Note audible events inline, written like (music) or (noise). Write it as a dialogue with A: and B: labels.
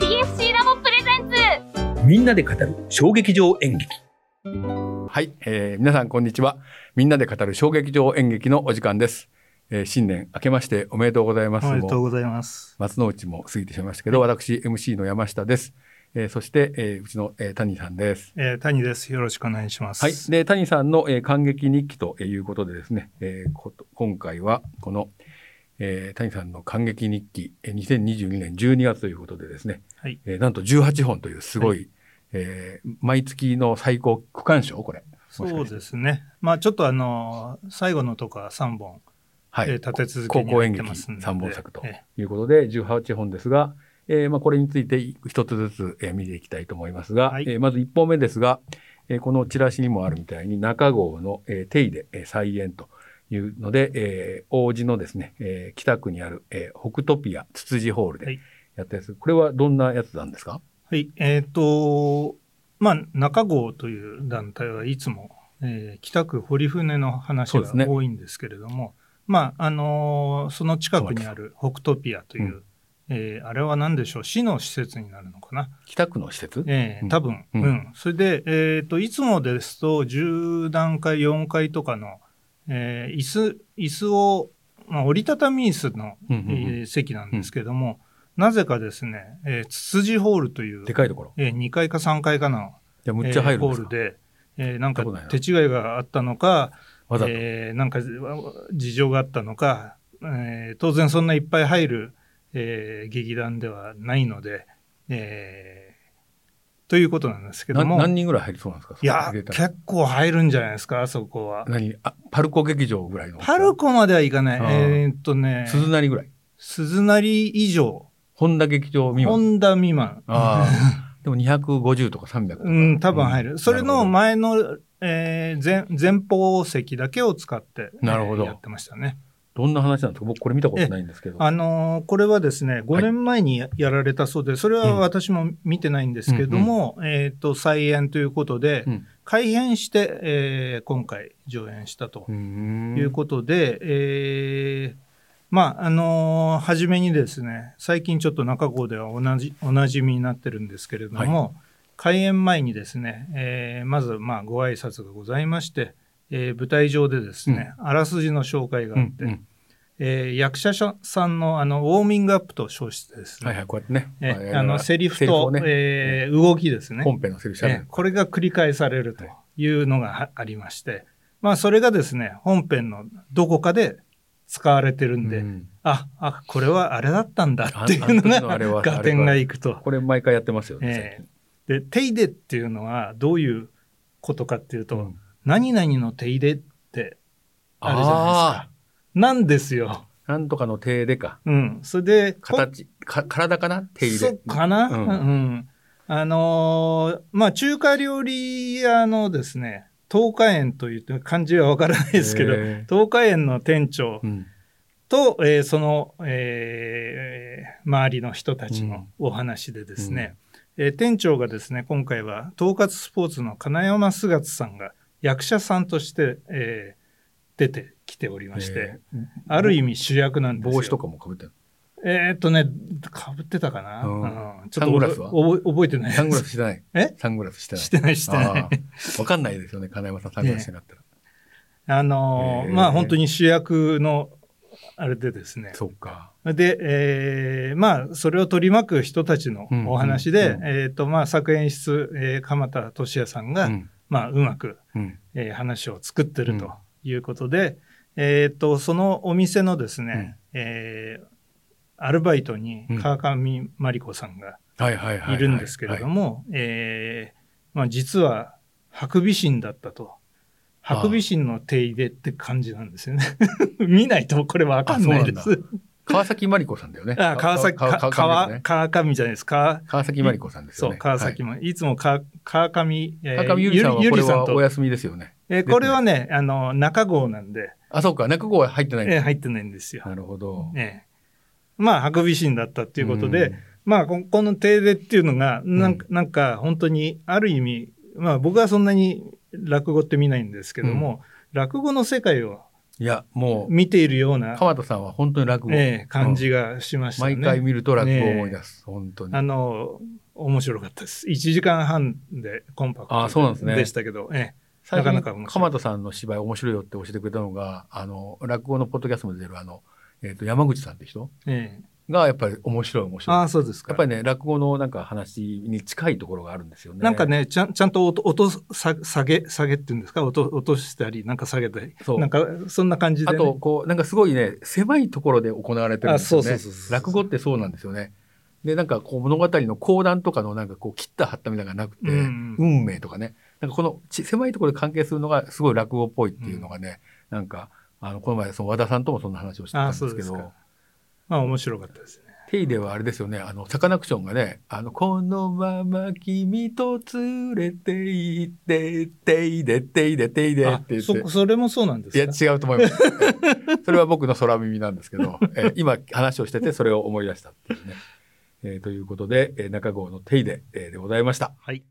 A: シーラボプレゼンツ
B: みんなで語る衝撃場演劇
C: はい、えー皆さんこんにちは。みんなで語る衝撃場演劇のお時間です。えー新年明けましておめでとうございます。
D: おめでとう
C: もう
D: ございます。
C: 松之内も過ぎてしまいましたけど、私 MC の山下です。えーそして、えーうちの、えー谷さんです。
D: えー、谷です。よろしくお願いします。
C: はい。で、谷さんの、えー感激日記ということでですね、えーこと今回はこの、えー谷さんの感激日記、えー2022年12月ということでですね、
D: はい
C: えーなんと18本というすごい、えー毎月の最高区間賞これ。
D: そうですね。まあちょっとあのー最後のとか三本、
C: は
D: えー立て続け
C: 高
D: に
C: 校
D: 入
C: 演
D: って
C: 劇
D: ますんで
C: 3本作と
D: え
C: いうことで、18本ですが、えーまあ、これについて一つずつ、えー見ていきたいと思いますが、
D: はい
C: えーまず1本目ですが、えーこのチラシにもあるみたいに中郷の、えー、手入れ、えー再演というので、えー王子のですね、えー北区にある、えー北トピアつつじホール
D: は
C: で
D: い
C: やったやつ、これはどんなやつなんですか
D: はい。えっ、とまあ中郷という団体はいつも、えー北区堀船の話
C: そうですね
D: が多いんですけれども、まああのーその近くにある北トピアという、
C: うん
D: えーあれは何でしょう市の施設になるのかな
C: 北区の施設、
D: ええ
C: うん
D: 多分、
C: う
D: うんんそれで、えー、といつもですと10段階4階とかの、えー椅子椅子を、まあ、折りたたみ椅子の、
C: うんうんうん
D: えー席なんですけども、なぜかですね、えー、つつじホールという
C: で、かいところ。
D: えー、2階か3階かな、
C: いやむっちゃ入るん
D: えー
C: で
D: ホ
C: す
D: ール
C: か、
D: で、えーなんか
C: 行ったことない
D: 手違いがあったのか、
C: わざと。
D: えーなんかわ事情があったのか、えー当然そんないっぱい入る、えー劇団ではないので、えーということなんですけど
C: な
D: も
C: 何人ぐらい入りそうなんですか
D: いや
C: 入れたら
D: 結構入るんじゃないですかあそこは。
C: 何あパルコ劇場ぐらいの大きさ。
D: パルコまではいかない
C: あー
D: えーっとね
C: 鈴なりぐらい。
D: 鈴なり以上
C: 本田劇場未満。
D: 本田未満
C: あ
D: (laughs)
C: あ。でも250とか300とか。
D: うん多分入る、
C: うん
D: それの
C: な
D: 前の、えー前前方席だけを使って、
C: なるほど
D: えーやってましたね。
C: どんな話なんですか僕これ見たことないんですけど。
D: あのーこれはですね、5年前にややられたそうで、それは私も見てないんですけども、えっ、と、再演ということで、
C: うん
D: 改編して、えー今回上演したと
C: うーん
D: いうことで、えーまあ、あのー初めにですね、最近ちょっと中郷ではおなじ、おなじみになってるんですけれども、開演前にですね、えーまず、まあ、ご挨拶がございまして、えー舞台上でですね、あらすじの紹介が
C: う
D: あっ
C: ん
D: て、
C: うん
D: えー役者さんのあのウォーミングアップと称してですね、
C: はいはい、こうやってね。
D: え
C: ま
D: あのセリフと
C: をね
D: えー動きですね、
C: 本編のセリフしゃべ
D: えー
C: る。
D: これが繰り返されるというのがはありまして、まあ、それがですね本編のどこかで使われてるんで、
C: うん
D: ああこれはあれだったんだってい
C: ああの
D: うの
C: 時のあ
D: が
C: れは
D: 合点がいくと。
C: これ毎回やってますよ
D: え
C: ね。
D: えで「手入れ」っていうのはどういうことかっていうと「
C: うん
D: 何々の手入れ」ってあるじゃないですか。なんですよ。
C: あーなんとかの手でか。
D: うん、それで
C: 形、か体かな手入
D: そ
C: れ
D: う。かな、
C: う
D: うんん、あのーまあ、中華料理屋のですね、東華園という漢字はわからないですけど
C: へー、
D: 東華園の店長
C: うん
D: と、えーその、えー周りの人たち
C: うん
D: のお話でですね、えー店長がですね、今回は統括スポーツの金山すがつさんが役者さんとして、えー出てきておりまして、
C: えー
D: ある意味主役なんですよ。
C: 帽子とかもかぶってる。
D: えー、っとね、かぶってたかな、
C: うん
D: うんちょっ
C: サ
D: と
C: ングラスは
D: 覚え覚えてない。
C: サングラスしてない。
D: え
C: サングラスしてない。
D: してない、 (laughs) してない
C: あ。ーわかんないですよね、金山さん、サングラスしてなかったら。
D: (laughs) あのー
C: えー
D: まあ本当に主役の、あれでですね。
C: そうか。
D: で、えーまあそれを取り巻く人たちの
C: うん
D: お話で、
C: うん
D: えっ、とまあ作演出、えー鎌田俊也さんが、
C: うん
D: まあうまく、
C: うん
D: えー話を作って
C: うん
D: るということで、えっ、と、そのお店のですね、えーアルバイトに川上真理子さんが、
C: はいはいはいはい
D: いるんですけれど
C: はい
D: も、えーまあ、実はハクビシンだったと。ハクビシンの手入れって感じなんですよね。 (laughs) 見ないとこれわかんないで
C: あそう
D: す。
C: 川崎真理子さんだよね。
D: (laughs) あ川崎、
C: 川
D: か
C: 川
D: 川、
C: 川
D: 川上じゃないですか。
C: 川崎真理子さんです
D: そ
C: よ
D: う、
C: ね。
D: 川崎
C: はい
D: も、い、つも川川上、えー
C: 川上ゆりさんはこれはお
D: と、
C: 休みですよね。
D: えーこれはね、あの、中郷なんで、
C: あ、そうか。中郷は入ってないん
D: えー
C: だ。
D: 入ってないんですよ。
C: なるほど。
D: えーまあ、ハクビシンだったと
C: と
D: いうことで、、まあ、ここの停電っていうのがなんか、なんか本当にある意味、まあ、僕はそんなに落語って見ないんですけども、落語の世界を
C: いやもう
D: 見ているような、
C: 川田さんは本当に落語、
D: ええ感じがしましたね。
C: 毎回見ると落語を思い出す、本当に
D: あの面白かったです。1時間半でコンパ
C: あそうなんで
D: ク
C: す
D: ト
C: ね
D: でしたけど、ええ
C: 最近
D: なかなか面白い
C: 鎌田さんの芝居面白いよって教えてくれたのがあの落語のポッドキャストも出てるあの、えー、と山口さんって人
D: ええ
C: がやっぱり面白い面白い
D: ああ、そうですか。
C: やっぱりね落語のなんか話に近いところがあるんですよね。
D: なんかね、ちゃんちゃんと音音さ下げ下げっていうんですか音落としたりなんか下げたり
C: そう
D: なんかそんな感じで、
C: あ
D: ね、
C: とこうなんかすごいね狭いところで行われてるんですよ
D: あそう
C: ね
D: そうそうそう
C: 落語ってそうなんですよねでなんかこう物語の講談とかのなんかこう切った張ったみたいなのがなくて、
D: うん
C: 運命とかねなんかこのち狭いところで関係するのがすごい落語っぽいっていうのがね、なんかあのこの前その和田さんともそんな話をしてたん
D: あ
C: です
D: そうで
C: け
D: す
C: ど
D: かまあ面白かったですね
C: 手入れはあれですよねあのサカナクションがね「あのこのまま君と連れて行って手入れ手入れ手入れ」って言って
D: あそそれもそうなんです
C: い
D: か
C: や、違うと思います。ええそれは僕の空耳なんですけど、
D: (laughs)
C: ええ今話をしててそれを思い出したっていうね。えーということで、えー中郷の手入れえーでございました。
D: はい